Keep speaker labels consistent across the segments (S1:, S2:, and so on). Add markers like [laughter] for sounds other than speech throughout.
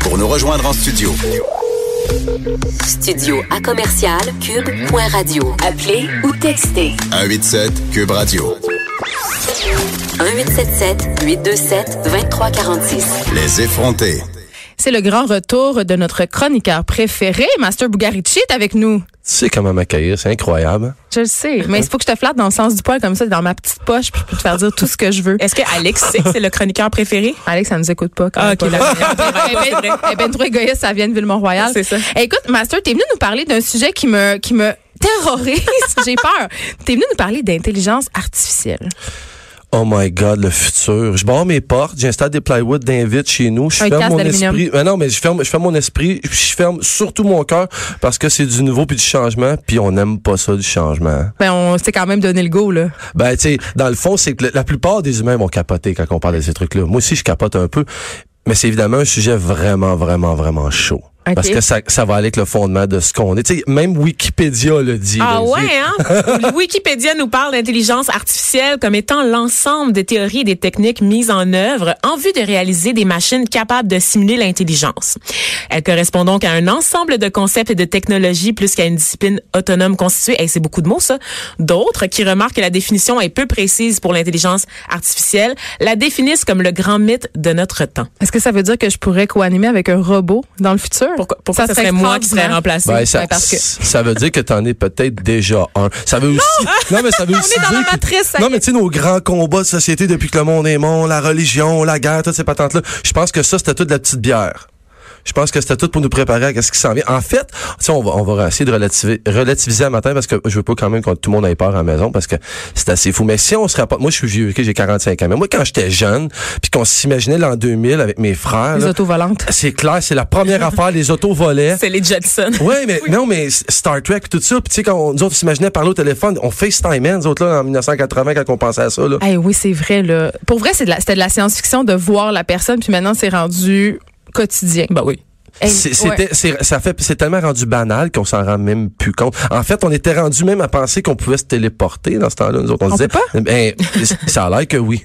S1: pour nous rejoindre en studio.
S2: Studio à commercial cube.radio. Appelez ou textez
S1: 187 Cube Radio.
S2: 1877 827 2346.
S1: Les effronter.
S3: C'est le grand retour de notre chroniqueur préféré, Master Bugarici, est avec nous.
S4: Tu sais comment m'accueillir, c'est incroyable. hein?
S3: Je le sais, mais il faut que je te flatte dans le sens du poil comme ça, dans ma petite poche, puis je peux te faire dire tout ce que je veux.
S5: Est-ce que Alex sait que c'est le chroniqueur préféré?
S3: Eh, Alex, ça nous écoute pas. Quand
S5: Ah,
S3: même
S5: ok,
S3: pas
S5: d'accord.
S3: [laughs] Elle est ben- elle est ben trop égoïste, ça vient de Ville-Mont-Royal.
S5: C'est ça.
S3: Eh, Écoute, Master, t'es venu nous parler d'un sujet qui me, qui me terrorise. [laughs] J'ai peur. T'es venu nous parler d'intelligence artificielle.
S4: Oh my God, le futur. Je barre mes portes, j'installe des plywood d'invite chez nous, je
S3: Un
S4: ferme
S3: casque
S4: mon
S3: d'aluminium.
S4: esprit. Mais non, mais je ferme, je ferme mon esprit, puis je ferme surtout mon cœur parce que c'est du nouveau puis du changement, puis on n'aime pas ça du changement. hein.
S3: Ben, on s'est quand même donné le go, là.
S4: Ben, tu sais, dans le fond, c'est que le- la plupart des humains vont capoter quand on parle de ces trucs-là. Moi aussi, je capote un peu. Mais c'est évidemment un sujet vraiment, vraiment, vraiment chaud.
S3: Ok.
S4: Parce que ça, ça va aller avec le fondement de ce qu'on est. Tu sais, même Wikipédia le dit.
S5: Ah
S4: là, il dit,
S5: ouais, hein? Wikipédia nous parle d'intelligence artificielle comme étant l'ensemble des théories et des techniques mises en œuvre en vue de réaliser des machines capables de simuler l'intelligence. Elle correspond donc à un ensemble de concepts et de technologies plus qu'à une discipline autonome constituée. Hey, c'est beaucoup de mots, ça. D'autres qui remarquent que la définition est peu précise pour l'intelligence artificielle la définissent comme le grand mythe de notre temps.
S3: Est-ce que ça veut dire que je pourrais co-animer avec un robot dans le futur?
S5: Pourquoi, pourquoi ça, serait moi qui serais
S3: extraordinaire.
S5: remplacée?
S4: Ben, ça,
S3: Ben, parce que-
S4: ça veut dire que t'en es peut-être déjà un. Ça veut aussi. Non, mais ça veut aussi
S3: dans la
S4: dire que-
S3: matrice, ça
S4: Non,
S3: y
S4: mais tu sais, nos grands combats de société depuis que le monde est monde, la religion, la guerre, toutes ces patentes-là. Je pense que ça, c'était tout de la petite bière. Je pense que c'était tout pour nous préparer à ce qui s'en vient. En fait, tu sais, on va, on va essayer de relativiser, relativiser à matin parce que je veux pas quand même que tout le monde ait peur à la maison parce que c'est assez fou. Mais si on se rapporte, moi, je suis vieux, ok, j'ai 45 ans. Mais moi, quand j'étais jeune, puis qu'on s'imaginait l'an 2000 avec mes frères,
S3: Les
S4: là,
S3: autovolantes.
S4: c'est clair, c'est la première [laughs] affaire, les autos volaient.
S5: C'est les Jetsons.
S4: Ouais, mais non, mais Star Trek, tout ça, puis tu sais, quand on, nous autres, on s'imaginait parler au téléphone, on FaceTime, hein, nous autres, là, en 1980, quand on pensait à ça, là.
S3: Eh oui, c'est vrai, là. Pour vrai, c'est de la- c'était de la, science-fiction de voir la personne, puis maintenant, c'est rendu quotidien.
S5: Ben oui.
S3: Eh,
S4: C'est-
S3: ouais.
S4: C'était, c'est- ça fait, c'est tellement rendu banal qu'on s'en rend même plus compte. En fait, on était rendu même à penser qu'on pouvait se téléporter dans ce temps-là. Nous autres,
S3: On
S4: on, disait,
S3: peut Hein?
S4: ben, ça a l'air que oui.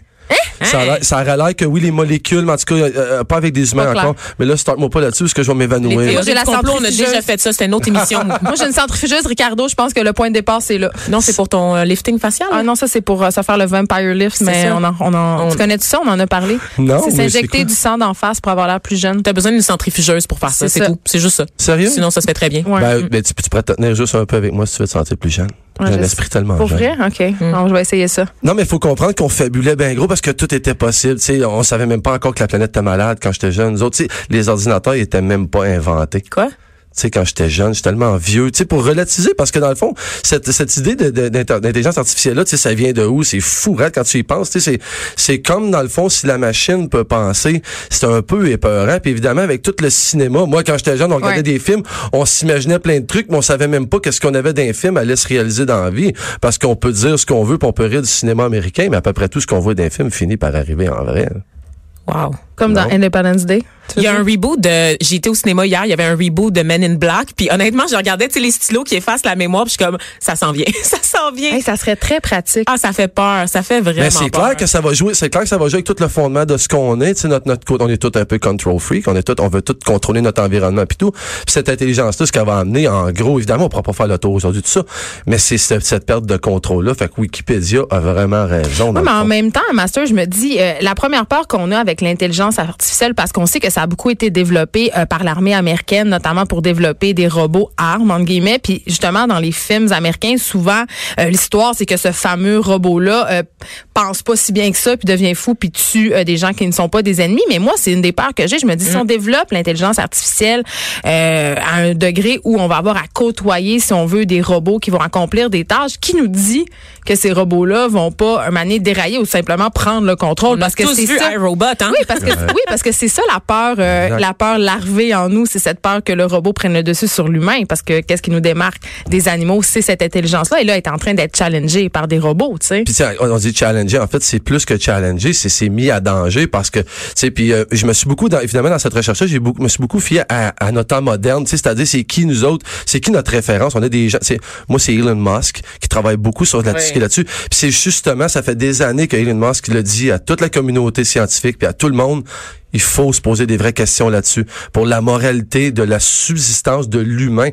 S4: Ça, a l'air- ça aurait l'air que oui, les molécules, mais en tout cas, euh, euh, pas avec des humains
S3: Pas clair.
S4: encore. Mais là, start-moi pas là-dessus parce que je vais
S5: Théorie
S4: m'évanouir.
S3: j'ai la
S5: du complot, on a
S3: centrifugeuse.
S5: déjà fait ça, c'était une autre émission.
S3: Moi, j'ai une centrifugeuse, Ricardo. Je pense que le point de départ, c'est là.
S5: non, c'est pour ton euh, lifting facial.
S3: Ah non, ça, c'est pour euh, se faire le vampire lift, mais
S5: ça.
S3: on en, on en-
S5: On-
S3: Tu connais tout ça? On en a parlé.
S4: Non,
S3: C'est
S4: mais c'est
S3: s'injecter
S4: quoi?
S3: du sang d'en face pour avoir l'air plus jeune.
S5: T'as besoin d'une centrifugeuse pour faire ça,
S3: C'est
S5: c'est
S3: ça.
S5: tout. C'est juste ça.
S4: Sérieux?
S5: Sinon, ça se fait très bien.
S3: Ouais.
S4: Ben, ben, tu, tu pourrais te tenir juste un peu avec moi si tu veux te sentir plus jeune.
S3: Ouais,
S4: J'ai un
S3: je-
S4: esprit tellement
S3: Pour
S4: jeune.
S3: vrai? OK.
S5: Mm.
S3: Non, je vais essayer ça.
S4: Non, mais il faut comprendre qu'on fabulait bien gros parce que tout était possible. Tu sais, on savait même pas encore que la planète était malade quand j'étais jeune. Nous autres, tu sais, les ordinateurs ils étaient même pas inventés. Tu
S5: Quoi?
S4: sais, quand j'étais jeune, j'étais tellement vieux. Tu sais, pour relativiser, parce que dans le fond, cette, cette idée de- de- d'inter- d'intelligence artificielle-là, tu sais, ça vient de où? C'est fou, raide quand tu y penses. Tu sais, c'est- c'est comme, dans le fond, si la machine peut penser, c'est un peu épeurant. Puis évidemment, avec tout le cinéma, moi, quand j'étais jeune, on regardait
S3: Ouais.
S4: des films, on s'imaginait plein de trucs, mais on savait même pas qu'est-ce qu'on avait d'un film allait se réaliser dans la vie. Parce qu'on peut dire ce qu'on veut, puis on peut rire du cinéma américain, mais à peu près tout ce qu'on voit d'un film finit par arriver en vrai.
S5: Wow.
S3: Comme dans
S4: Non.
S3: Independence Day.
S5: Il y a un reboot de. J'ai été au cinéma hier, il y avait un reboot de Men in Black. Puis honnêtement, je regardais tu sais, les stylos qui effacent la mémoire. Puis je suis comme, ça s'en vient. [laughs] ça s'en vient.
S3: Hey, ça serait très pratique.
S5: Ah, ça fait peur. Ça fait vraiment
S4: Mais Ben, c'est
S5: peur.
S3: hein.
S4: clair que ça va jouer, c'est clair que ça va jouer avec tout le fondement de ce qu'on est, tu sais, notre notre côté, on est tout un peu control freak, on est tout on veut tout contrôler notre environnement puis tout. Puis cette intelligence là ce qu'elle va amener en gros, évidemment, on pourra pas faire le tour aujourd'hui tout ça, mais c'est cette, cette perte de contrôle là, fait que Wikipédia a vraiment raison dans
S3: Oui,
S4: le
S3: mais en
S4: fond.
S3: même temps, Master, je me dis, euh, la première peur qu'on a avec l'intelligence artificielle, parce qu'on sait que ça a beaucoup été développé euh, par l'armée américaine, notamment pour développer des robots armes, entre guillemets. Puis justement, dans les films américains, souvent, euh, l'histoire, c'est que ce fameux robot-là euh, pense pas si bien que ça, puis devient fou, puis tue euh, des gens qui ne sont pas des ennemis. Mais moi, c'est une des peurs que j'ai. Je me dis,
S5: Mm.
S3: si on développe l'intelligence artificielle euh, à un degré où on va avoir à côtoyer, si on veut, des robots qui vont accomplir des tâches, qui nous dit que ces robots-là vont pas un mané dérailler ou simplement prendre le contrôle
S5: On
S3: parce
S5: a
S3: que
S5: tous
S3: c'est
S5: vu
S3: ça.
S5: iRobot, hein?
S3: Oui, parce que oui, parce que c'est ça la peur, euh,
S4: Exact.
S3: la peur larvée en nous, c'est cette peur que le robot prenne le dessus sur l'humain, parce que qu'est-ce qui nous démarque des animaux, c'est cette intelligence-là, et là elle est en train d'être challengée par des robots, tu sais.
S4: Puis tu sais, on on dit challenger, en fait, c'est plus que challenger, c'est c'est mis à danger parce que, tu sais, puis euh, je me suis beaucoup, dans, évidemment, dans cette recherche-là, j'ai beaucoup, me suis beaucoup fié à, à notre temps moderne, tu sais, c'est-à-dire c'est qui nous autres, c'est qui notre référence. On a des gens, c'est moi c'est Elon Musk qui travaille beaucoup sur la-
S5: Ouais.
S4: ce qui est là-dessus. Puis c'est justement, ça fait des années que Elon Musk le dit à toute la communauté scientifique puis à tout le monde. Il faut se poser des vraies questions là-dessus pour la moralité de la subsistance de l'humain.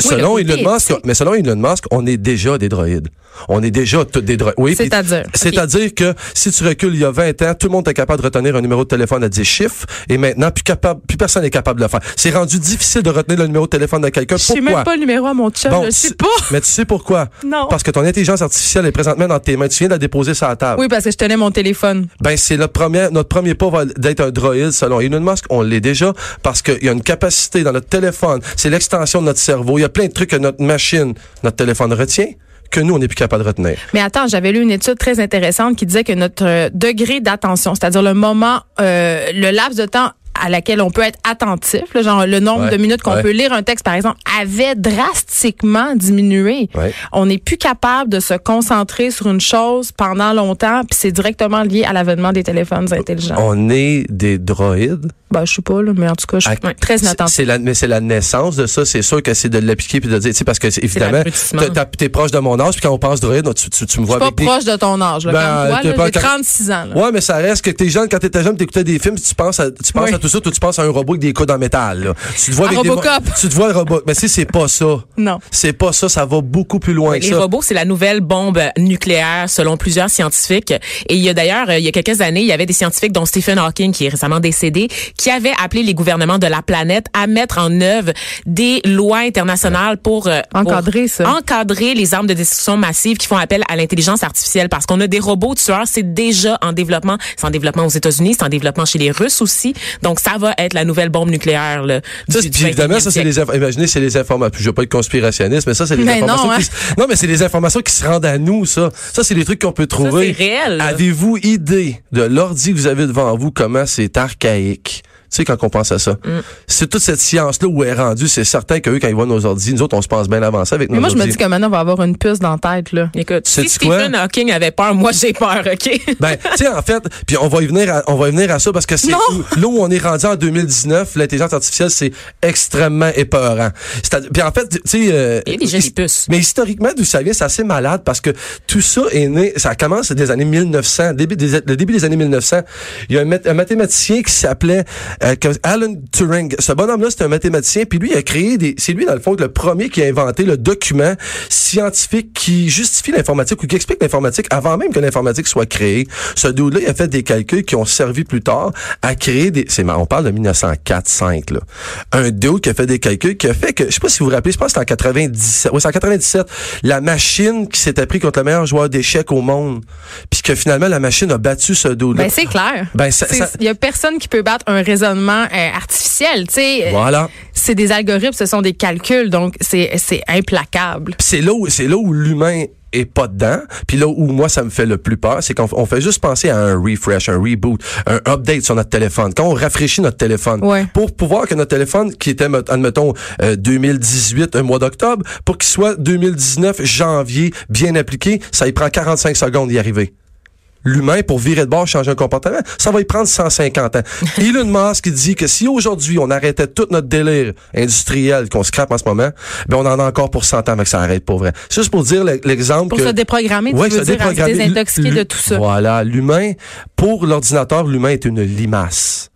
S4: selon
S3: le côté
S4: Elon Musk,
S3: éthique.
S4: mais selon Elon Musk, on est déjà des droïdes. On est déjà tous des droïdes. Oui, puis-
S3: C'est-à-dire?
S4: C'est-à-dire que si tu recules il y a 20 ans, tout le monde est capable de retenir un numéro de téléphone à 10 chiffres et maintenant plus capable plus personne n'est capable de le faire. C'est rendu difficile de retenir le numéro de téléphone de quelqu'un.
S3: Je sais
S4: Pourquoi
S3: même pas le numéro à mon chum,
S4: Bon,
S3: je sais
S4: tu-
S3: pas.
S4: Mais tu sais pourquoi?
S3: Non.
S4: Parce que ton intelligence artificielle est présentement dans tes mains. Tu viens de la déposer sur la table.
S3: Oui, parce que je tenais mon téléphone.
S4: Ben, c'est notre premier, notre premier pas va d'être un droïde selon Elon Musk. On l'est déjà parce qu'il y a une capacité dans notre téléphone. C'est l'extension de notre cerveau. Il y a plein de trucs que notre machine, notre téléphone retient que nous, on n'est plus capable de retenir.
S3: Mais attends, j'avais lu une étude très intéressante qui disait que notre euh, degré d'attention, c'est-à-dire le moment, euh, le laps de temps à laquelle on peut être attentif, là, genre le nombre
S4: Ouais,
S3: de minutes qu'on
S4: ouais.
S3: peut lire un texte, par exemple, avait drastiquement diminué.
S4: Ouais.
S3: On n'est plus capable de se concentrer sur une chose pendant longtemps, puis c'est directement lié à l'avènement des téléphones intelligents.
S4: On est des droïdes.
S3: Ben, je sais pas, là, mais en tout cas, je suis
S4: À-
S3: très
S4: Ah, C'est-
S3: inattentive.
S4: C'est la, mais c'est la naissance de ça. C'est sûr que c'est de l'appliquer puis de dire, tu sais, parce que c'est- évidemment,
S5: l'abrutissement.
S4: t'as- t'as- t'es proche de mon âge puis quand on pense droïde, tu, tu, tu me
S3: Je
S4: vois
S3: suis pas
S4: avec des-
S3: proche de ton âge. Là,
S4: Ben,
S3: comme toi,
S4: t'es
S3: là,
S4: pas
S3: j'ai
S4: quand-
S3: 36 ans. là.
S4: Ouais, mais ça reste que t'es jeune, quand t'étais jeune, t'écoutais des films, tu penses à, tu penses
S3: Oui.
S4: à tout ça, toi, tu penses à un robot avec des coudes en métal, là. Tu te vois
S3: À
S4: avec des-
S3: Robocop.
S4: Tu te vois le robot. Mais si c'est pas ça.
S3: Non.
S4: C'est pas ça, ça va beaucoup plus loin que
S5: Les
S4: ça.
S5: robots, c'est la nouvelle bombe nucléaire, selon plusieurs scientifiques. Et il y a d'ailleurs, euh, il y a quelques années, il y avait des scientifiques, dont Stephen Hawking, qui est récemment décédé, qui avaient appelé les gouvernements de la planète à mettre en œuvre des lois internationales pour euh,
S3: Encadrer
S5: pour
S3: ça.
S5: encadrer les armes de destruction massive qui font appel à l'intelligence artificielle, parce qu'on a des robots tueurs, c'est déjà en développement, c'est en développement aux États-Unis, c'est en développement chez les Russes aussi. Donc ça va être la nouvelle bombe nucléaire. Là,
S4: Ça,
S5: du-
S4: c'est-
S5: du
S4: puis évidemment, ça, c'est
S5: 21e siècle.
S4: les, inf- imaginez, c'est les informations. Je veux pas être conspirationniste, mais ça, c'est les
S3: Mais
S4: informations.
S3: non,
S4: qui
S3: hein.
S4: se- non, mais c'est les informations qui se rendent à nous, ça. Ça, c'est des trucs qu'on peut trouver.
S5: c'est réel, là.
S4: Avez-vous idée de l'ordi que vous avez devant vous, comment c'est archaïque? Tu sais, quand on pense à ça.
S3: Mm.
S4: C'est toute cette science-là où elle est rendue. C'est certain qu'eux, quand ils voient nos ordi, nous autres, on se pense bien avancé avec
S3: Mais
S4: nos
S3: moi, je me
S4: ordis.
S3: dis que maintenant, on va avoir une puce dans la tête. Là.
S5: Écoute, si
S4: Sais-tu quoi?
S5: Stephen Hawking avait peur, moi j'ai peur, ok.
S4: Ben, tu sais, en fait, puis on va y venir, à, on va y venir à ça parce que c'est
S3: Non!
S4: où- là où on est rendu en 2019, l'intelligence artificielle, c'est extrêmement épeurant. C'est-à-dire- Puis en fait, tu sais, euh,
S5: Il y a des jolies puces.
S4: mais historiquement, d'où ça vient, c'est assez malade parce que tout ça est né, ça commence des années 1900, début des- le début des années 1900. Il y a un, math- un mathématicien qui s'appelait euh, que- Alan Turing. Ce bonhomme-là, c'est un mathématicien, puis lui, il a créé des, c'est lui, dans le fond, le premier qui a inventé le document scientifique qui justifie l'informatique ou qui explique l'informatique avant même que l'informatique soit créée. Ce dude-là, il a fait des calculs qui ont servi plus tard à créer des, c'est marrant, on parle de 1904-5, là. Un dude qui a fait des calculs qui a fait que, je sais pas si vous vous rappelez, je pense que c'est en 97, ouais, c'est en 97, la machine qui s'était pris contre le meilleur joueur d'échecs au monde, puis que finalement, la machine a battu ce dude-là.
S3: Ben, c'est clair.
S4: Ben, ça-
S3: C'est-
S4: ça-
S3: Il y a personne qui peut battre un raisonnement euh, artificiel. tu sais.
S4: Voilà.
S3: C'est des algorithmes, ce sont des calculs, donc c'est c'est implacable.
S4: Puis c'est là où c'est là où l'humain est pas dedans. Puis là où moi ça me fait le plus peur, c'est qu'on on fait juste penser à un refresh, un reboot, un update sur notre téléphone. Quand on rafraîchit notre téléphone
S3: Ouais.
S4: pour pouvoir que notre téléphone qui était meut- admettons euh, 2018 un mois d'octobre pour qu'il soit 2019 janvier bien appliqué, ça y prend 45 secondes d'y arriver. L'humain, pour virer de bord, changer un comportement, ça va y prendre
S3: [laughs]
S4: 150 ans. Elon Musk il dit que si aujourd'hui on arrêtait tout notre délire industriel qu'on scrape en ce moment, ben on en a encore pour 100 ans avec ça arrête pour vrai. C'est Juste pour dire le- l'exemple
S3: Pour
S4: que...
S3: se déprogrammer, tu
S4: Ouais,
S3: veux
S4: se
S3: dire, à se
S4: déprogrammer.
S3: désintoxiquer
S4: L'hu-
S3: de tout ça.
S4: Voilà, l'humain, pour l'ordinateur, l'humain est une limace.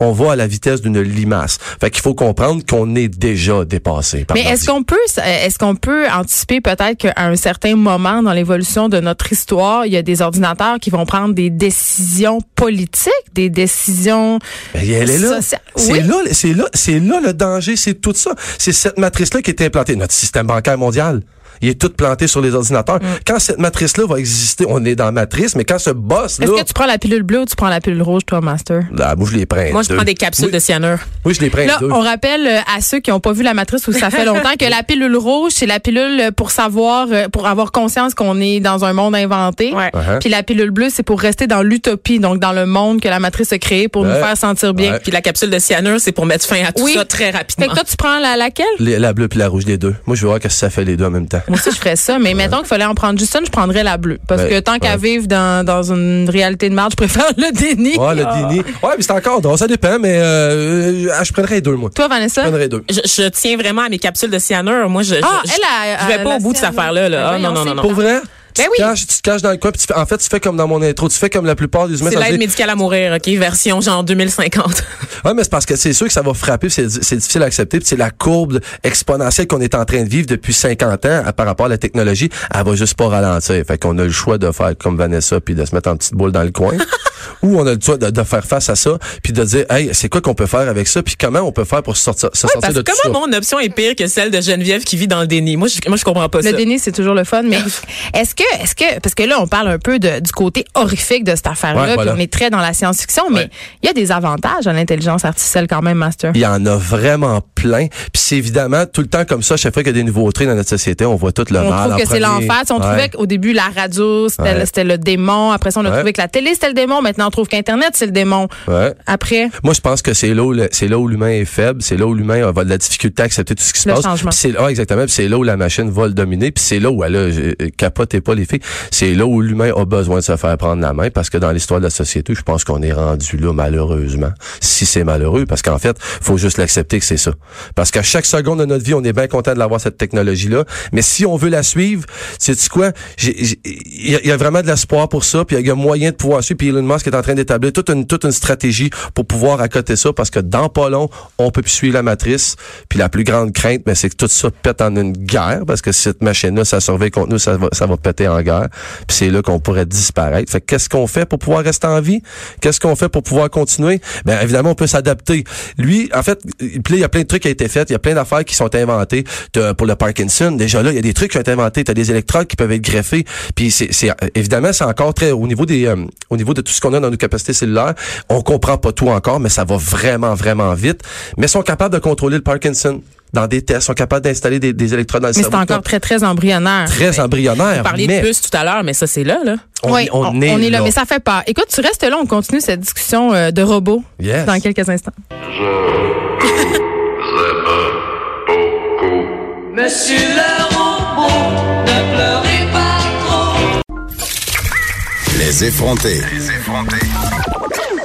S4: On va à la vitesse d'une limace. Fait qu'il faut comprendre qu'on est déjà dépassé. par
S3: Mais est-ce
S4: l'ordi.
S3: qu'on peut,
S5: euh,
S3: est-ce qu'on peut anticiper peut-être qu'à un certain moment dans l'évolution de notre histoire, il y a des ordinateurs qui vont prendre des décisions politiques, des décisions
S4: Ben, elle est là.
S3: sociales?
S4: C'est
S3: Oui.
S4: là, c'est là, c'est là le danger, c'est tout ça. C'est cette matrice-là qui est implantée. Notre système bancaire mondial. Il est tout planté sur les ordinateurs.
S5: Mm.
S4: Quand cette matrice-là va exister, on est dans la matrice, mais quand ce boss-là.
S3: Est-ce que tu prends la pilule bleue ou tu prends la pilule rouge, toi, Master?
S4: Ah, moi, je les prends.
S5: Moi, je
S4: deux.
S5: prends des capsules
S4: Oui,
S5: de cyanure.
S4: Oui, je les prends
S3: Là,
S4: Ben, deux.
S3: on rappelle euh, à ceux qui n'ont pas vu la matrice où ça
S4: [laughs]
S3: fait longtemps que la pilule rouge, c'est la pilule euh, pour savoir, euh, pour avoir conscience qu'on est dans un monde inventé.
S5: Ouais.
S4: Uh-huh.
S3: Puis la pilule bleue, c'est pour rester dans l'utopie, donc dans le monde que la matrice a créé pour nous
S4: Ouais.
S3: faire sentir bien.
S4: Ouais.
S5: Puis la capsule de cyanure, c'est pour mettre fin à tout
S3: Oui.
S5: ça très
S3: Fait
S5: rapidement.
S3: que toi, tu prends la, laquelle?
S4: Les- la bleue puis la rouge, les deux. Moi, je veux voir que ça fait les deux en même temps.
S3: Moi aussi, je ferais ça, mais mettons qu'il fallait en prendre juste une, je prendrais la bleue. Parce
S4: Ouais.
S3: que tant qu'à
S4: Ouais.
S3: vivre dans, dans une réalité de merde, je préfère le déni.
S4: Ouais, le déni. Ouais, mais c'est encore drôle. Ça dépend, mais euh, euh, je prendrais deux, moi.
S3: Toi,
S4: Je
S3: Vanessa?
S4: prendrais deux.
S5: je, je tiens vraiment à mes capsules de cyanure. Moi, je,
S3: Ah,
S5: je,
S3: elle a-
S5: je vais
S3: elle
S5: pas
S3: a
S5: au bout de cette
S3: cyanure.
S5: affaire-là. Là. Ah,
S3: Ben
S5: non,
S3: voyons,
S5: non,
S3: c'est
S5: non, non.
S4: Pour vrai? Tu,
S5: Ben
S4: te
S5: oui.
S4: caches, tu te caches dans le coin, puis tu fais- en fait, tu fais comme dans mon intro, tu fais comme la plupart des humains.
S5: C'est
S4: ça veut
S5: l'aide
S4: dire-
S5: médicale à mourir, OK? Version genre 2050.
S4: Ouais, mais Ah, c'est parce que c'est sûr que ça va frapper, puis c'est c'est difficile à accepter, puis c'est la courbe exponentielle qu'on est en train de vivre depuis 50 ans à- par rapport à la technologie, elle va juste pas ralentir. Fait qu'on a le choix de faire comme Vanessa puis de se mettre en petite boule dans
S3: [laughs]
S4: le coin. Ou on a le choix de, de faire face à ça, puis de dire, hey, c'est quoi qu'on peut faire avec ça, puis comment on peut faire pour se sortir, se sortir
S5: Parce
S4: de
S5: que
S4: tout ça.
S5: comment mon option est pire que celle de Geneviève qui vit dans le déni? Moi, je, moi, je comprends pas
S3: Le
S5: ça.
S3: déni, c'est toujours le fun,
S4: [laughs]
S3: mais est-ce que, est-ce que, parce que là, on parle un peu de- du côté horrifique de cette affaire-là,
S4: Ouais, voilà.
S3: puis on est très dans la science-fiction, mais
S4: Ouais.
S3: il y a des avantages à l'intelligence artificielle quand même, Master.
S4: Il y en a vraiment plein. Puis c'est évidemment tout le temps comme ça, chaque fois qu'il y a des nouveautés dans notre société, on voit tout le
S3: On
S4: mal.
S3: trouve
S4: en
S3: que c'est
S4: premier.
S3: l'enfer. Si on
S4: Ouais.
S3: trouvait qu'au début, la radio, c'était
S4: Ouais.
S3: le- c'était le démon. Après ça, on a
S4: Ouais.
S3: trouvé que la télé, c'était le démon. Maintenant, on trouve qu'Internet, c'est le démon.
S4: Ouais.
S3: Après,
S4: Moi, je pense que c'est là où le- c'est là où l'humain est faible, c'est là où l'humain euh, va de la difficulté à accepter tout ce qui se
S3: Le
S4: passe.
S3: changement.
S4: Puis C'est ah, exactement, puis c'est là où la machine va le dominer, puis c'est là où elle a, euh, euh, capotez pas les filles. C'est là où l'humain a besoin de se faire prendre la main parce que dans l'histoire de la société, je pense qu'on est rendu là malheureusement. Si c'est malheureux parce qu'en fait, faut juste l'accepter que c'est ça. Parce qu'à chaque seconde de notre vie, on est bien content de l'avoir cette technologie là, mais si on veut la suivre, c'est tu quoi J'ai- j'ai- Il y, a- il y a vraiment de l'espoir pour ça, puis il y a moyen de pouvoir suivre. Puis Elon Musk est en train d'établir toute une toute une stratégie pour pouvoir accoter ça, parce que dans pas long, on peut plus suivre la matrice. Puis la plus grande crainte, mais c'est que tout ça pète en une guerre, parce que si cette machine-là, ça surveille contre nous, ça va, ça va péter en guerre. Puis c'est là qu'on pourrait disparaître. Fait que qu'est-ce qu'on fait pour pouvoir rester en vie Qu'est-ce qu'on fait pour pouvoir continuer Ben évidemment, on peut s'adapter. Lui, en fait, il puis là, il y a plein de trucs qui ont été faits, il y a plein d'affaires qui sont inventées T'as- pour le Parkinson. Déjà là, il y a des trucs qui ont été inventés. T'as des électrodes qui peuvent être greffés. Puis c'est, c'est- évidemment, c'est encore très au niveau des, euh, au niveau de tout ce qu'on a dans nos capacités cellulaires. On comprend pas tout encore, mais ça va vraiment, vraiment vite. Mais ils sont capables de contrôler le Parkinson dans des tests. Ils sont capables d'installer des, des électrodes dans le
S3: mais c'est
S4: cerveau.
S3: encore très, très embryonnaire.
S4: très
S5: Vous
S4: embryonnaire.
S5: parliez
S4: mais
S5: de puces tout à l'heure, mais ça, c'est là, là.
S4: on,
S3: Oui,
S4: on est
S3: là,
S4: là.
S3: mais ça fait peur. Écoute, tu restes là, on continue cette discussion euh, de robots
S4: Yes.
S3: dans quelques instants.
S6: Monsieur le robot, ne pleurez pas trop.
S1: Les effrontés.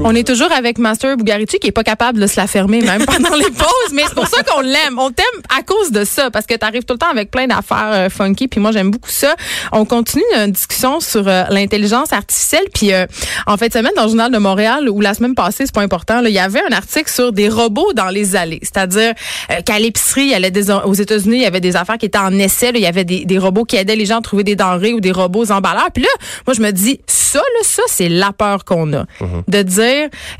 S3: On est toujours avec Master Bugarici qui est pas capable de se la fermer même [laughs] pendant les pauses, mais c'est pour ça qu'on l'aime. On t'aime à cause de ça parce que tu arrives tout le temps avec plein d'affaires euh, funky puis moi j'aime beaucoup ça. On continue notre discussion sur euh, l'intelligence artificielle puis euh, en fait semaine dans le journal de Montréal ou la semaine passée, c'est pas important, là, il y avait un article sur des robots dans les allées, c'est-à-dire euh, qu'à l'épicerie, il y allait des- aux États-Unis, il y avait des affaires qui étaient en essai, là, il y avait des, des robots qui aidaient les gens à trouver des denrées ou des robots emballeurs. Puis là, moi je me dis ça là, ça c'est la peur qu'on a de dire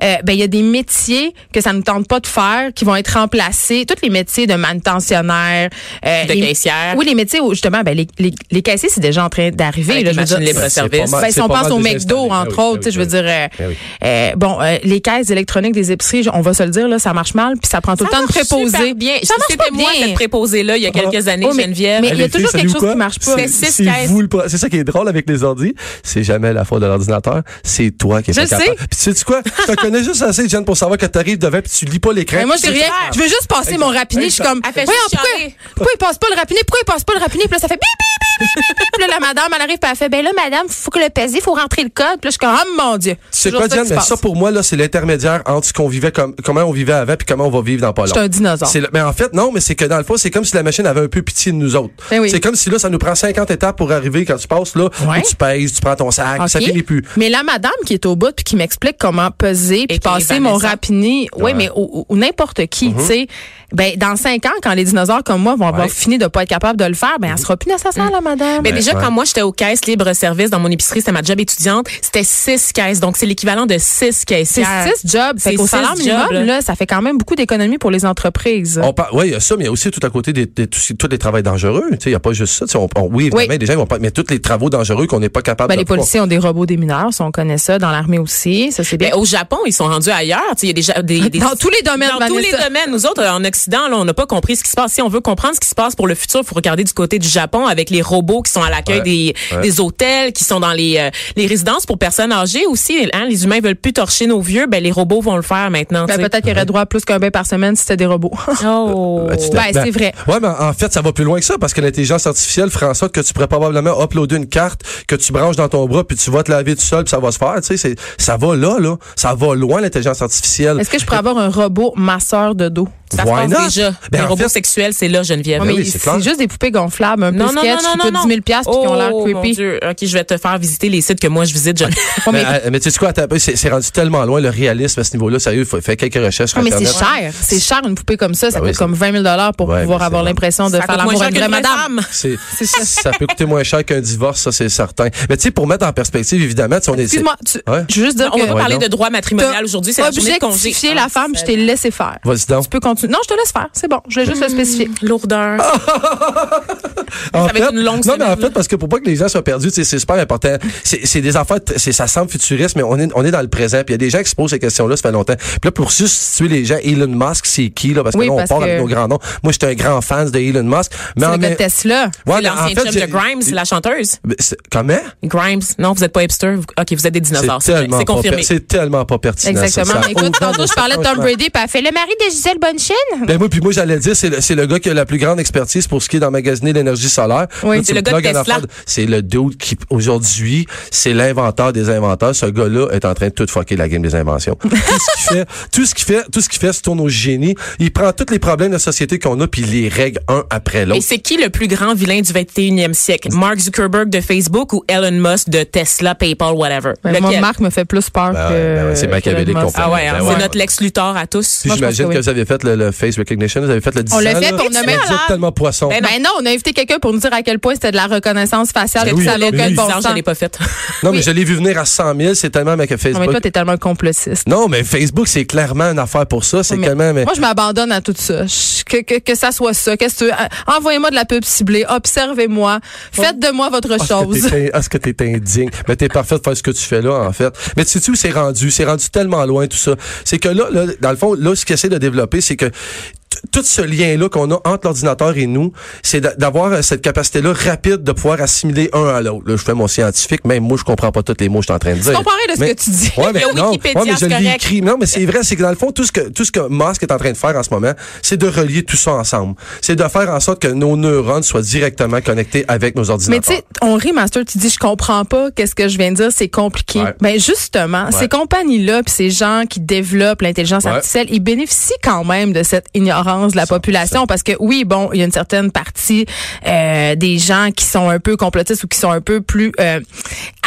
S3: euh, ben il y a des métiers que ça ne tente pas de faire qui vont être remplacés, tous les métiers de manutentionnaire, euh,
S5: De
S3: les-
S5: caissière.
S3: Oui, les métiers où justement ben les, les, les caissiers c'est déjà en train d'arriver
S5: Avec
S3: là,
S5: les
S3: je veux
S5: machines
S3: dire,
S5: libres à
S4: c'est pas
S5: service.
S4: mal.
S3: ben, si on
S4: pas
S3: pense au
S4: désinstallé.
S3: McDo,
S4: Ah oui,
S3: entre
S4: ah oui,
S3: autres, tu sais, je veux
S4: ah oui.
S3: dire, euh,
S4: Ah oui.
S3: euh, bon, euh, les caisses électroniques des épiceries, je- on va se le dire, là, ça marche mal, puis ça prend tout le temps de
S5: marche
S3: préposer.
S5: super bien.
S3: Ça marche
S5: C'était
S3: pas
S5: moi
S3: bien.
S5: cette préposée-là il y a quelques années,
S3: Oh, mais-
S5: Geneviève.
S3: mais- Il y a
S4: les filles,
S3: toujours quelque
S4: savez-vous
S3: chose
S4: quoi?
S3: qui marche pas.
S4: C'est-
S5: C'est six
S4: c'est
S5: caisses.
S4: vous le pro- C'est ça qui est drôle avec les ordi. C'est jamais la faute de l'ordinateur. C'est toi qui es
S3: Je
S4: pas
S3: le sais.
S4: capable. Puis tu sais quoi? Je te connais juste assez, Jen, pour savoir que t'arrives devant puis tu lis pas l'écran.
S3: Mais Ben, moi,
S4: Puis
S3: je dis
S4: tu-
S3: rien. Je veux juste passer mon rapiné. Je suis comme,
S5: Elle fait
S3: voyons,
S5: juste
S3: pourquoi,
S5: chialer.
S3: pourquoi il passe pas le rapiné? Pourquoi il passe pas le rapiné? Puis là, ça fait bip, bip, bip, bip, bip. Puis là, la madame, elle arrive, puis elle fait, ben là, madame, faut que le pèse, faut rentrer le code. Puis là, je suis comme, oh mon Dieu.
S4: C'est
S3: Toujours
S4: quoi,
S3: ça
S4: Diane?
S3: qui se
S4: Mais
S3: passe.
S4: ça, pour moi, là, c'est l'intermédiaire entre ce qu'on vivait comme, comment on vivait avant puis comment on va vivre dans pas long.
S3: C'est un dinosaure.
S4: C'est le- mais en fait, non, mais c'est que dans le fond, c'est comme si la machine avait un peu pitié de nous autres.
S3: Ben oui.
S4: C'est comme si là, ça nous prend 50 étapes pour arriver quand tu passes, là,
S3: Ouais.
S4: où tu pèses, tu prends ton sac, ça
S3: OK.
S4: finit plus.
S3: Mais la madame qui est au bout puis qui m'explique comment peser puis
S5: Et qui est
S3: passer mon
S5: Vanessa.
S3: rapiné, oui, mais ou, ou- ou n'importe qui, tu sais, ben dans cinq ans, quand les dinosaures comme moi vont avoir
S4: Mhm. Ouais.
S3: fini de pas être capable de le faire, ben elle sera plus nécessaire la madame.
S5: Mais
S4: Ouais,
S5: déjà,
S4: ouais.
S5: quand moi, j'étais aux caisses libre-service dans mon épicerie, c'était ma job étudiante, c'était six caisses. Donc, c'est l'équivalent de six
S3: c'est
S5: caissières.
S3: six jobs. Fait
S5: C'est
S3: qu'au
S5: six
S3: salaire minimum,
S5: jobs, là.
S3: là. ça fait quand même beaucoup d'économies pour les entreprises.
S4: On par- Oui, il y a ça, mais il y a aussi tout à côté des, des- tous, tous les travails dangereux. Tu sais, Il n'y a pas juste ça. Tu sais, On, on- oui, évidemment,
S3: Oui.
S4: les gens ils vont pas. Mais tous les travaux dangereux qu'on n'est pas capable
S3: Ben,
S4: de
S3: les policiers ont des robots des mineurs, ça, on connaît ça, dans l'armée aussi, ça c'est bien.
S5: Ben, au Japon, ils sont rendus ailleurs. Tu sais, Il y a déjà des, des-
S3: Dans tous les domaines,
S5: Dans tous les
S3: Vanessa.
S5: domaines. Nous autres, en Occident, là, on n'a pas compris ce qui se passe. Si on veut comprendre ce qui se passe pour le futur, faut regarder du côté du Japon avec les robots qui sont à la l'accueil
S4: Ouais.
S5: des,
S4: Ouais.
S5: des hôtels, qui sont dans les, euh, les résidences pour personnes âgées aussi. Hein, les humains veulent plus torcher nos vieux, ben les robots vont le faire maintenant.
S3: Ben,
S5: tu sais.
S3: peut-être qu'il y aurait droit à plus qu'un bain par semaine si c'était des robots. [laughs]
S5: Oh.
S4: Ben, tu t'as-
S3: Ben, c'est vrai.
S4: Ouais, mais en fait, ça va plus loin que ça parce que l'intelligence artificielle fera en sorte que tu pourrais probablement uploader une carte que tu branches dans ton bras puis tu vas te laver tout seul puis ça va se faire. Tu sais, c'est- ça va là, là. Ça va loin, l'intelligence artificielle.
S3: Est-ce que je pourrais avoir un robot masseur de dos?
S5: Ça se
S4: Why
S5: passe
S4: not?
S5: Ah, déjà.
S4: Ben,
S5: les
S4: en
S5: robots
S4: fait-
S5: sexuels, c'est là, Geneviève.
S3: Ouais,
S4: Ben
S3: mais
S4: oui, c'est clair.
S3: c'est juste des poupées gonflables, un peu sketch, qui coûtent 10 000 pièces puis qui ont l'air
S5: Oh, mon
S3: creepy.
S5: Dieu. OK, je vais te faire visiter les sites que moi, je visite, Geneviève.
S3: Ouais,
S4: Mais,
S3: mais-
S4: euh, mais tu sais quoi, attends un peu, c'est c'est rendu tellement loin le réalisme à ce niveau-là. Sérieux, il faut faire quelques recherches. sur
S3: Ah, mais c'est
S4: Internet.
S3: cher. C'est cher une poupée comme ça. Ça
S4: Ben oui,
S3: coûte comme 20 000 pour
S4: Ouais,
S3: pouvoir
S4: mais
S3: avoir
S4: c'est-
S3: l'impression de
S5: Ça
S3: faire
S5: coûte moins
S3: l'amour à
S5: cher
S3: une
S5: qu'une
S3: vraie
S5: vraie
S3: madame.
S5: femme.
S4: C'est- ça peut coûter moins cher qu'un divorce, ça c'est certain. Mais tu sais, pour mettre en perspective, évidemment, tu sais, on est.
S3: Excuse-moi, tu-
S4: Ouais.
S3: je veux juste dire
S5: [laughs] On va
S3: que
S5: pas
S4: Ouais,
S5: parler
S4: donc.
S5: de droit matrimonial aujourd'hui, c'est la journée de congé. Ah,
S3: objectifier la femme, je t'ai laissé faire.
S4: Vas-y donc.
S3: Tu peux continuer. Non, je te laisse faire. C'est bon. Je voulais juste le spécifier.
S5: Lourdeur.
S4: Ah, En
S5: Ça va être une longue
S4: non, mais en
S5: semaine,
S4: fait,
S5: là.
S4: parce que pour pas que les gens soient perdus, tu sais, c'est super important. C'est c'est des affaires, t- c'est ça semble futuriste, mais on est, on est dans le présent. Puis il y a des gens qui se posent ces questions-là, ça fait longtemps. Puis là, pour substituer les gens, Elon Musk, c'est qui, là? Parce que
S3: Oui,
S4: là, on
S3: parce
S4: part
S3: que-
S4: avec nos grands noms. Moi, j'étais un grand fan de Elon Musk. Mais
S3: C'est
S4: en
S3: le gars de
S4: même-
S3: Tesla.
S4: Ouais,
S5: C'est
S4: mais en
S5: l'ancien
S4: fait,
S5: chum
S4: j'ai-
S5: de Grimes, la chanteuse.
S4: Mais c'est- Comment?
S5: Grimes. Non, vous n'êtes pas hipster. Vous- OK, vous êtes des
S4: C'est
S5: dinosaures. vrai.
S4: tellement,
S5: C'est
S4: pas
S5: confirmé.
S4: per- c'est tellement pas pertinent. ça.
S3: Exactement.
S4: Ça a
S3: Écoute,
S4: aucun
S3: tantôt, je parlais de Tom
S4: franchement.
S3: Brady, puis elle fait le mari de Gisèle Bonnechaine.
S4: Ben moi, puis moi, j'allais dire, c'est le, c'est le gars qui a la plus grande expertise pour ce qui est d'emmagasiner l'énergie solaire.
S3: Oui,
S4: Là, tu
S5: c'est
S4: me
S5: le gars de
S4: plugues en
S5: Tesla.
S4: affaire de- C'est le dude qui, aujourd'hui, c'est l'inventeur des inventeurs. Ce gars-là est en train de tout fucker la game
S3: [laughs]
S4: des inventions. tout ce qu'il fait, tout ce qu'il fait, tout ce qu'il fait se tourne au génie. Il prend tous les problèmes de la société qu'on a, puis il les règle un après
S5: Et
S4: l'autre.
S5: c'est qui le plus grand vilain du 21e siècle? Mark Zuckerberg de Facebook ou Elon Musk de Tesla, PayPal, whatever?
S3: Ben, Moi,
S5: Lequel?
S3: Marc me fait plus peur
S4: Ben
S3: que.
S4: ouais, ben ouais, c'est
S3: que
S4: machiavélique
S3: Elon Musk.
S4: qu'on
S5: Ah ouais, hein,
S4: Ben
S5: c'est
S4: ouais.
S5: notre Lex Luthor à tous.
S4: Puis
S3: moi, je pense
S4: j'imagine
S3: que
S4: que,
S3: oui.
S4: vous avez fait le, le face recognition, vous avez fait le 10
S3: On l'a
S4: ans,
S3: fait,
S4: là.
S3: puis on a
S4: Vous
S3: même-
S4: êtes tellement poisson.
S5: Ben
S3: Ben non, on a invité quelqu'un pour nous dire à quel point c'était de la reconnaissance faciale.
S4: Ben
S3: puis
S4: oui,
S3: ça avait
S4: ben
S3: aucun
S4: oui.
S3: bon
S5: Bizarre,
S3: sens.
S5: je l'ai pas faite.
S4: non, mais
S3: oui.
S4: je l'ai vu venir à 100 000, c'est tellement avec
S3: Non, mais toi,
S4: Facebook.
S3: t'es tellement un complotiste.
S4: Non, mais Facebook, c'est clairement une affaire pour ça. C'est
S3: Mais
S4: tellement... mais-
S3: Moi, je m'abandonne à tout ça. Je- que, que, que ça soit ça. Qu'est-ce que tu veux? Euh, Envoyez-moi de la pub ciblée. Observez-moi. Faites de moi votre
S4: Ah, Est-ce Oh. que
S3: chose.
S4: t'es- Est-ce que t'es indigne? Mais t'es parfait de faire ce que tu fais là, en fait. Mais tu sais où c'est rendu? C'est rendu tellement loin, tout ça. C'est que là, là, dans le fond, là, ce qu'ils essaient de développer, c'est que t- tout ce lien-là qu'on a entre l'ordinateur et nous, c'est d'a- d'avoir euh, cette capacité-là rapide de pouvoir assimiler un à l'autre. Là, je fais mon scientifique, même moi, je comprends pas tous les mots que je suis en train de dire.
S3: comprends rien de ce
S4: Mais-
S3: que tu dis. [laughs]
S4: Ouais, mais
S5: Le
S4: non.
S5: Wikipédia,
S4: Ouais, mais je
S5: c'est
S4: l'ai
S5: correct.
S4: écrit. Non, mais c'est vrai, c'est que dans le fond, tout ce que, tout ce que Musk est en train de faire en ce moment, c'est de relier tout ça ensemble. C'est de faire en sorte que nos neurones soient directement connectés avec nos
S3: Mais
S4: ordinateurs.
S3: tu sais, on rit, Master, tu dis, je comprends pas, qu'est-ce que je viens de dire, c'est compliqué.
S4: Ouais.
S3: Ben justement,
S4: Ouais.
S3: ces compagnies-là, puis ces gens qui développent l'intelligence
S4: Ouais.
S3: artificielle, ils bénéficient quand même de cette ignorance de la population, parce que oui, bon, il y a une certaine partie euh, des gens qui sont un peu complotistes ou qui sont un peu plus euh,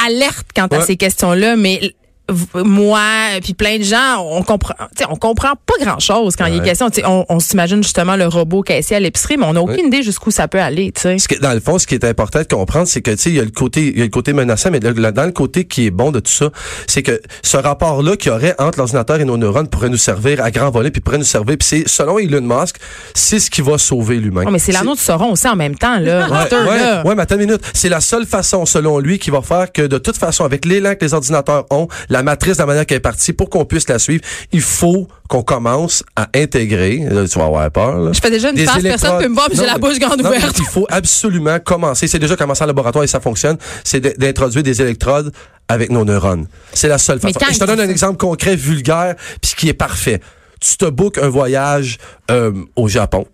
S3: alertes quant à
S4: Ouais.
S3: ces questions-là, mais l- v- moi euh, puis plein de gens on comprend tu sais, on comprend pas grand chose quand il est
S4: Ouais.
S3: question Tu sais, on, on s'imagine justement le robot caissier à l'épicerie mais on n'a aucune idée jusqu'où ça peut aller tu sais
S4: Ce que- dans le fond, ce qui est important de comprendre, c'est que tu sais, il y a le côté, il y a le côté menaçant, mais le- le- dans le côté qui est bon de tout ça, c'est que ce rapport-là qu'il y aurait entre l'ordinateur et nos neurones pourrait nous servir à grand volet, puis pourrait nous servir. Puis c'est, selon Elon Musk, c'est ce qui va sauver l'humain.
S3: Non, Ah, mais c'est l'anneau de Sauron aussi en même temps, là.
S4: Ouais,
S3: Hunter, là.
S4: ouais, ouais, mais attends une minute. C'est la seule façon, selon lui, qui va faire que, de toute façon, avec l'élan que les ordinateurs ont, la matrice, de la manière qu'elle est partie, pour qu'on puisse la suivre, il faut qu'on commence à intégrer. Là, tu vas avoir peur. là.
S3: Je fais déjà une
S4: Des
S3: face, personne
S4: électrodes.
S3: peut me voir, puis j'ai
S4: Non,
S3: la
S4: mais-
S3: bouche grande
S4: non, mais
S3: ouverte.
S4: Il faut absolument commencer. C'est déjà commencé en laboratoire et ça fonctionne. C'est d- d'introduire des électrodes avec nos neurones. C'est la seule
S3: Mais
S4: façon.
S3: quand
S4: Et je
S3: il
S4: te donne
S3: dit
S4: un
S3: ça-
S4: exemple concret, vulgaire, puis qui est parfait. Tu te bookes un voyage euh, au Japon.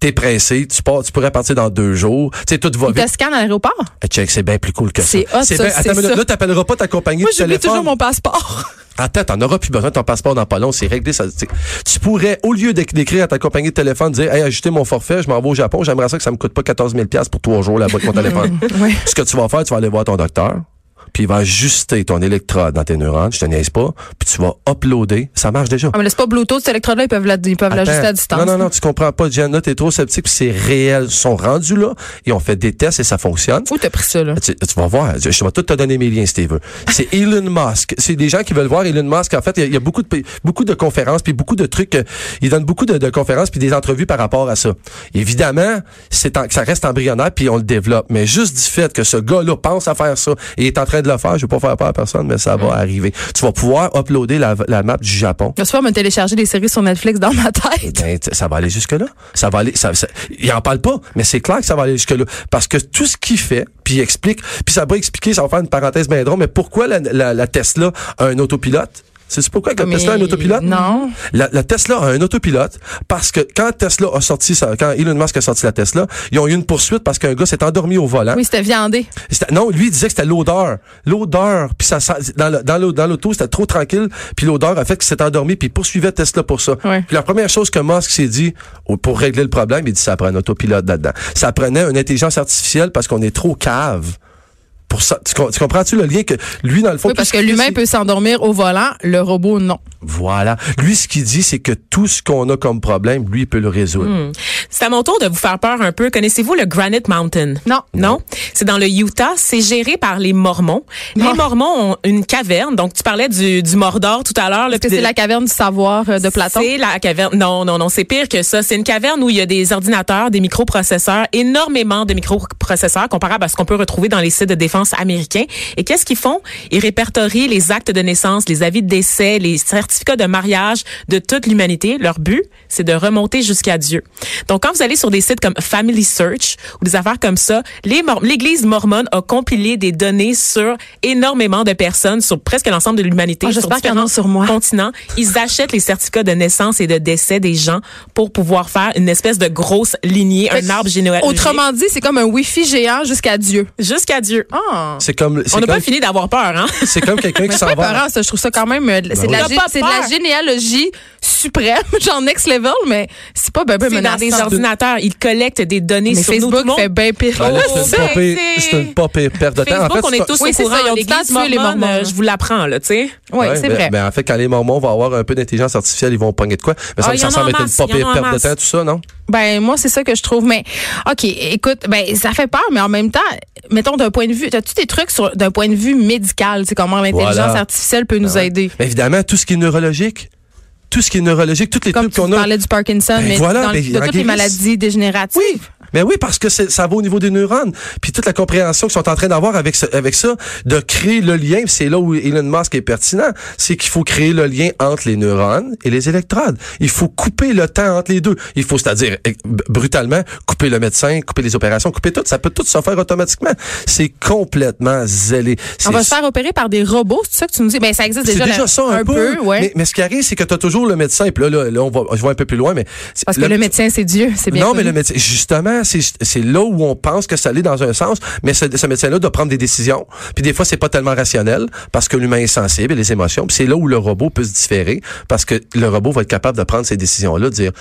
S4: T'es pressé, tu pars, tu pourrais partir dans deux jours. Tu sais, tout va
S3: Il te
S4: vite.
S3: scanne à l'aéroport.
S4: Ah, Check, c'est bien plus cool que ça.
S3: C'est hot, ça,
S4: bien-
S3: c'est
S4: Attends, une minute,
S3: ça.
S4: là, t'appelleras pas ta compagnie
S3: Moi,
S4: de
S3: j'oublie
S4: téléphone.
S3: toujours mon passeport.
S4: Attends, t'en auras plus besoin de ton passeport dans pas long, c'est réglé. Ça, tu- tu pourrais, au lieu d'éc- d'écrire à ta compagnie de téléphone, dire Hey, ajustez mon forfait, je m'en vais au Japon, j'aimerais ça que ça me coûte pas 14 000 pour trois jours là-bas avec
S3: [laughs]
S4: mon téléphone.
S3: Ouais.
S4: Ce que tu vas faire, tu vas aller voir ton docteur, puis il va ajuster ton électrode dans tes neurones, je te niaise pas, puis tu vas uploader. Ça marche déjà.
S3: Ah, mais là, c'est pas Bluetooth, cet électrode-là, ils peuvent la- ils peuvent l'ajuster
S4: Attends.
S3: à distance.
S4: Non, non, non, tu comprends pas, Jen, là, t'es trop sceptique, puis c'est réel. Ils sont rendus là, et on fait des tests et ça fonctionne. Ah,
S3: Où t'as pris ça, là?
S4: Tu, tu vas voir. Je, je vais tout te donner mes liens si tu veux.
S3: [laughs]
S4: C'est Elon Musk. C'est des gens qui veulent voir Elon Musk. En fait, il y a, il y a beaucoup de pays- beaucoup de conférences puis beaucoup de trucs. euh, Il donne beaucoup de, de conférences puis des entrevues par rapport à ça. Évidemment, c'est en- ça reste embryonnaire puis on le développe. Mais juste du fait que ce gars-là pense à faire ça et est en train train de le faire. Je vais pas faire peur à personne, mais ça va arriver. Tu vas pouvoir uploader la, la map du Japon.
S3: Je vais souvent me télécharger des séries sur Netflix dans ma
S4: [laughs]
S3: tête.
S4: Ben, t- ça va aller jusque-là. Ça va aller. Ça, ça- il en parle pas, mais c'est clair que ça va aller jusque-là. Parce que tout ce qu'il fait, puis il explique, puis ça va expliquer, ça va faire une parenthèse bien drôle, mais pourquoi la, la- la Tesla a un autopilote? C'est pourquoi que la
S3: Ah, Mais
S4: Tesla a un autopilote?
S3: non.
S4: La, la Tesla a un autopilote parce que quand Tesla a sorti sa- quand Elon Musk a sorti la Tesla, ils ont eu une poursuite parce qu'un gars s'est endormi au volant.
S3: Oui, c'était viandé.
S4: C'était- Non, lui, il disait que c'était l'odeur. L'odeur. Puis ça, sent- dans, le- dans, l'au- dans l'auto, c'était trop tranquille. Puis l'odeur a fait qu'il s'est endormi. Puis il poursuivait Tesla pour ça.
S3: Ouais.
S4: Puis la première chose que Musk s'est dit, au- pour régler le problème, il dit ça prend un autopilote là-dedans. Ça prenait une intelligence artificielle parce qu'on est trop cave. Pour ça, tu, com- tu comprends-tu le lien que lui, dans le fond...
S3: Oui,
S4: tout
S3: parce
S4: ce
S3: que
S4: qu'il dit,
S3: l'humain
S4: c'est-
S3: peut s'endormir au volant, le robot non.
S4: Voilà. Lui, ce qu'il dit, c'est que tout ce qu'on a comme problème, lui, il peut le résoudre.
S5: Hmm. C'est à mon tour de vous faire peur un peu. Connaissez-vous le Granite Mountain?
S3: Non.
S5: Non? C'est dans le Utah. C'est géré par les Mormons.
S3: Ah.
S5: Les Mormons ont une caverne. Donc, tu parlais du, du Mordor tout à l'heure. là,
S3: Est-ce que
S5: puis
S3: c'est
S5: de-
S3: la caverne du savoir euh, de Platon?
S5: C'est la caverne. Non, non, non, c'est pire que ça. C'est une caverne où il y a des ordinateurs, des microprocesseurs, énormément de microprocesseurs comparables à ce qu'on peut retrouver dans les sites de défense américains. Et qu'est-ce qu'ils font? Ils répertorient les actes de naissance, les avis de décès, les certificats de mariage de toute l'humanité. Leur but, c'est de remonter jusqu'à Dieu. Donc, quand vous allez sur des sites comme Family Search ou des affaires comme ça, les Mor- l'Église mormone a compilé des données sur énormément de personnes, sur presque l'ensemble de l'humanité.
S3: Ah,
S5: sur
S3: j'espère qu'il y en a
S5: différents
S3: sur moi.
S5: continents. Ils achètent les certificats de naissance et de décès des gens pour pouvoir faire une espèce de grosse lignée,
S3: Fait
S5: un
S3: que,
S5: arbre généalogique.
S3: Autrement dit, c'est comme un Wi-Fi géant jusqu'à Dieu.
S5: Jusqu'à Dieu.
S3: Ah!
S4: C'est comme... c'est
S5: On n'a
S4: comme-
S5: pas fini d'avoir peur, hein?
S4: C'est comme
S5: [laughs]
S4: quelqu'un qui
S3: [laughs]
S4: s'en
S3: C'est
S4: va...
S3: parent, ça. Je trouve ça quand même. euh, C'est de, la
S5: oui.
S3: gé-
S5: T'as pas
S3: c'est de la
S5: peur.
S3: généalogie suprême, [laughs] genre next level, mais c'est pas ben ben
S5: C'est dans des
S3: menaçant.
S5: ordinateurs. Ils collectent des données
S3: Mais
S5: sur nous.
S3: Facebook
S5: Tout le monde-
S3: fait bien pire.
S4: Ben là,
S5: Oh,
S4: c'est une pas
S5: ben,
S4: pire-
S5: c'est-
S4: c'est une pas pire perte de temps.
S5: Facebook,
S4: En fait,
S5: on est
S4: c'est-
S5: tous
S3: Oui,
S5: au
S3: c'est
S5: courant.
S3: ça, ils ont
S5: L'Église
S3: du temps de tuer les
S5: mormone,
S3: Mormons,
S5: euh,
S3: là.
S5: je vous l'apprends, là, tu sais.
S3: Oui,
S4: Ouais,
S3: c'est
S4: ben-
S3: vrai.
S4: ben, en fait, quand les Mormons vont avoir un peu d'intelligence artificielle, ils vont pogner de quoi? Mais ça
S5: Ah,
S4: me
S5: y en a
S4: semble
S5: en
S4: être une
S5: masse,
S4: pas
S5: y en a
S4: pire
S5: en
S4: perte de
S5: masse.
S4: temps, tout ça, non?
S3: Ben moi c'est ça que je trouve mais OK, écoute, ben ça fait peur mais en même temps, mettons d'un point de vue, as-tu des trucs sur d'un point de vue médical, c'est comment l'intelligence
S4: Voilà. Ah
S3: artificielle peut nous aider
S4: Mais évidemment, tout ce qui est neurologique, tout ce qui est neurologique, toutes les
S3: Comme
S4: trucs
S3: tu
S4: qu'on a.
S3: parlais du Parkinson
S4: Ben
S3: mais
S4: voilà,
S3: dans le-
S4: ben,
S3: de
S4: il en
S3: toutes les
S4: guérisse.
S3: maladies dégénératives.
S4: Oui. Mais oui, parce que c'est- ça va au niveau des neurones. Puis toute la compréhension qu'ils sont en train d'avoir avec, ce- avec ça, de créer le lien, c'est là où Elon Musk est pertinent, c'est qu'il faut créer le lien entre les neurones et les électrodes. Il faut couper le temps entre les deux. Il faut, c'est-à-dire, eh, b- brutalement, couper le médecin, couper les opérations, couper tout. Ça peut tout se faire automatiquement. C'est complètement zélé.
S3: On va
S4: C'est-
S3: se faire opérer par des robots, c'est ça que tu nous dis Ben ça existe
S4: C'est
S3: déjà,
S4: déjà
S3: là-
S4: ça un,
S3: peu, ouais.
S4: mais, mais ce qui arrive, c'est que tu as toujours le médecin. Puis là, là, là, on va, je vais un peu plus loin, mais
S3: Parce que le, médecin c'est Dieu, c'est bien
S4: non, mais
S3: connu.
S4: le médecin, justement, c'est c'est là où on pense que ça allait dans un sens, mais ce, ce médecin-là doit prendre des décisions. Puis des fois, c'est pas tellement rationnel parce que l'humain est sensible et les émotions. Puis c'est là où le robot peut se différer parce que le robot va être capable de prendre ces décisions-là, de dire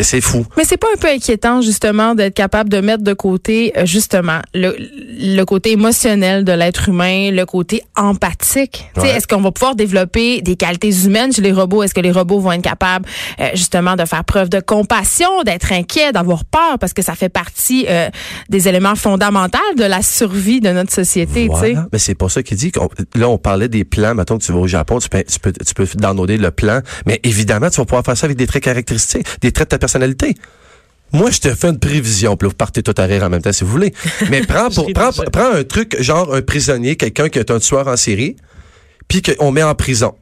S4: c'est fou.
S3: Mais c'est pas un peu inquiétant justement d'être capable de mettre de côté euh, justement le, le côté émotionnel de l'être humain, le côté empathique. Tu sais,
S4: Ouais.
S3: Est-ce qu'on va pouvoir développer des qualités humaines chez les robots Est-ce que les robots vont être capables euh, justement de faire preuve de compassion, d'être inquiets, d'avoir peur parce que ça fait partie euh, des éléments fondamentaux de la survie de notre société. tu sais.
S4: Voilà. Mais c'est pas ça qu'il dit. qu'on- là, on parlait des plans. Mettons que tu vas au Japon, tu peux, tu peux, tu peux downloader le plan. Mais évidemment, tu vas pouvoir faire ça avec des traits caractéristiques, des traits de ta personnalité. Moi, je te fais une prévision, puis là, vous partez tout à rire en même temps si vous voulez.
S3: [laughs]
S4: Mais prends, pour, prends, prends un truc, genre un prisonnier, quelqu'un qui est un tueur en série, puis qu'on met en prison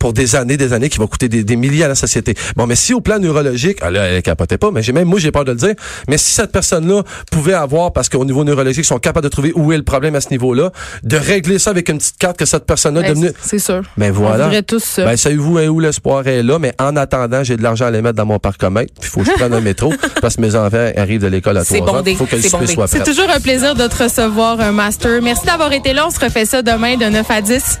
S4: pour des années, des années, qui va coûter des, des milliers à la société. Bon, mais si au plan neurologique, ah là, elle capotait pas, mais j'ai même, moi, j'ai peur de le dire, mais si cette personne-là pouvait avoir, parce qu'au niveau neurologique, ils sont capables de trouver où est le problème à ce niveau-là, de régler ça avec une petite carte que cette personne-là est
S3: Ben,
S4: devenue...
S3: C'est sûr.
S4: Mais voilà.
S3: On voudrait tous ça.
S4: Ben, savez-vous hein, où l'espoir est là, mais en attendant, j'ai de l'argent à les mettre dans mon parc commun, puis il faut que je prenne
S3: [laughs]
S4: un métro, parce que mes enfants arrivent de l'école à
S5: C'est
S4: 3 heures,
S5: bondé,
S4: faut que le
S5: c'est
S4: souper
S5: bondé.
S4: soit prêt.
S3: c'est toujours un plaisir de te recevoir, un master. Merci d'avoir été là. On se refait ça demain de 9 à 10.